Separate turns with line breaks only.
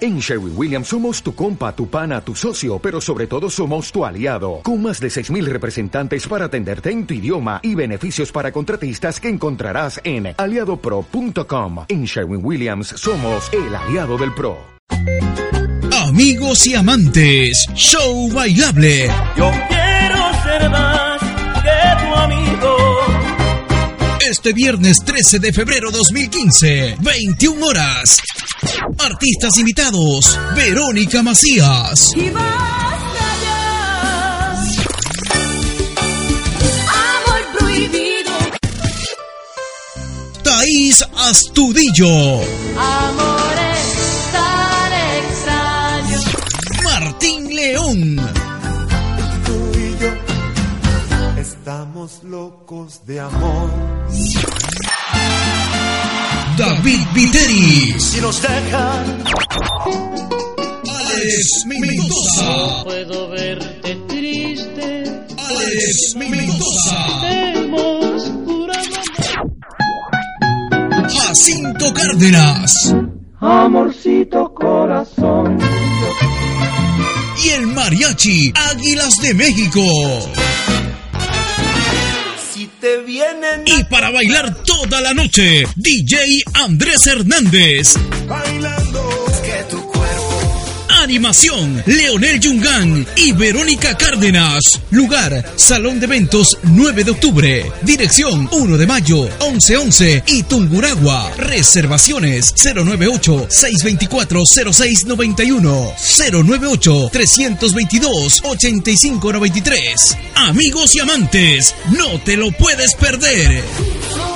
En Sherwin Williams somos tu compa, tu pana, tu socio, pero sobre todo somos tu aliado, con más de 6.000 representantes para atenderte en tu idioma y beneficios para contratistas que encontrarás en aliadopro.com. En Sherwin Williams somos el aliado del PRO.
Amigos y amantes, show bailable.
Yo quiero ser más que tu amigo.
Este viernes 13 de febrero 2015, 21 horas. Artistas invitados, Verónica Macías.
Y basta ya. Amor prohibido.
Thaís Astudillo.
Amores tan extraños.
Martín León.
tú y yo estamos locos de amor.
David Viteris.
Si nos dejan,
Alex Mendoza.
Puedo verte triste,
Alex Mendoza.
hemos curado.
Jacinto Cárdenas.
Amorcito corazón.
Y el mariachi Águilas de México.
si te vienen,
Y para bailar toda la noche, DJ Andrés Hernández.
bailando. Es que tu cuerpo
Animación, Leonel Yungán y Verónica Cárdenas. Lugar, Salón de Eventos 9 de octubre. Dirección 1 de mayo, 1111 y Tunguragua. Reservaciones 098-624-0691. 098-322-8593. Amigos y amantes, no te lo puedes perder.
Solo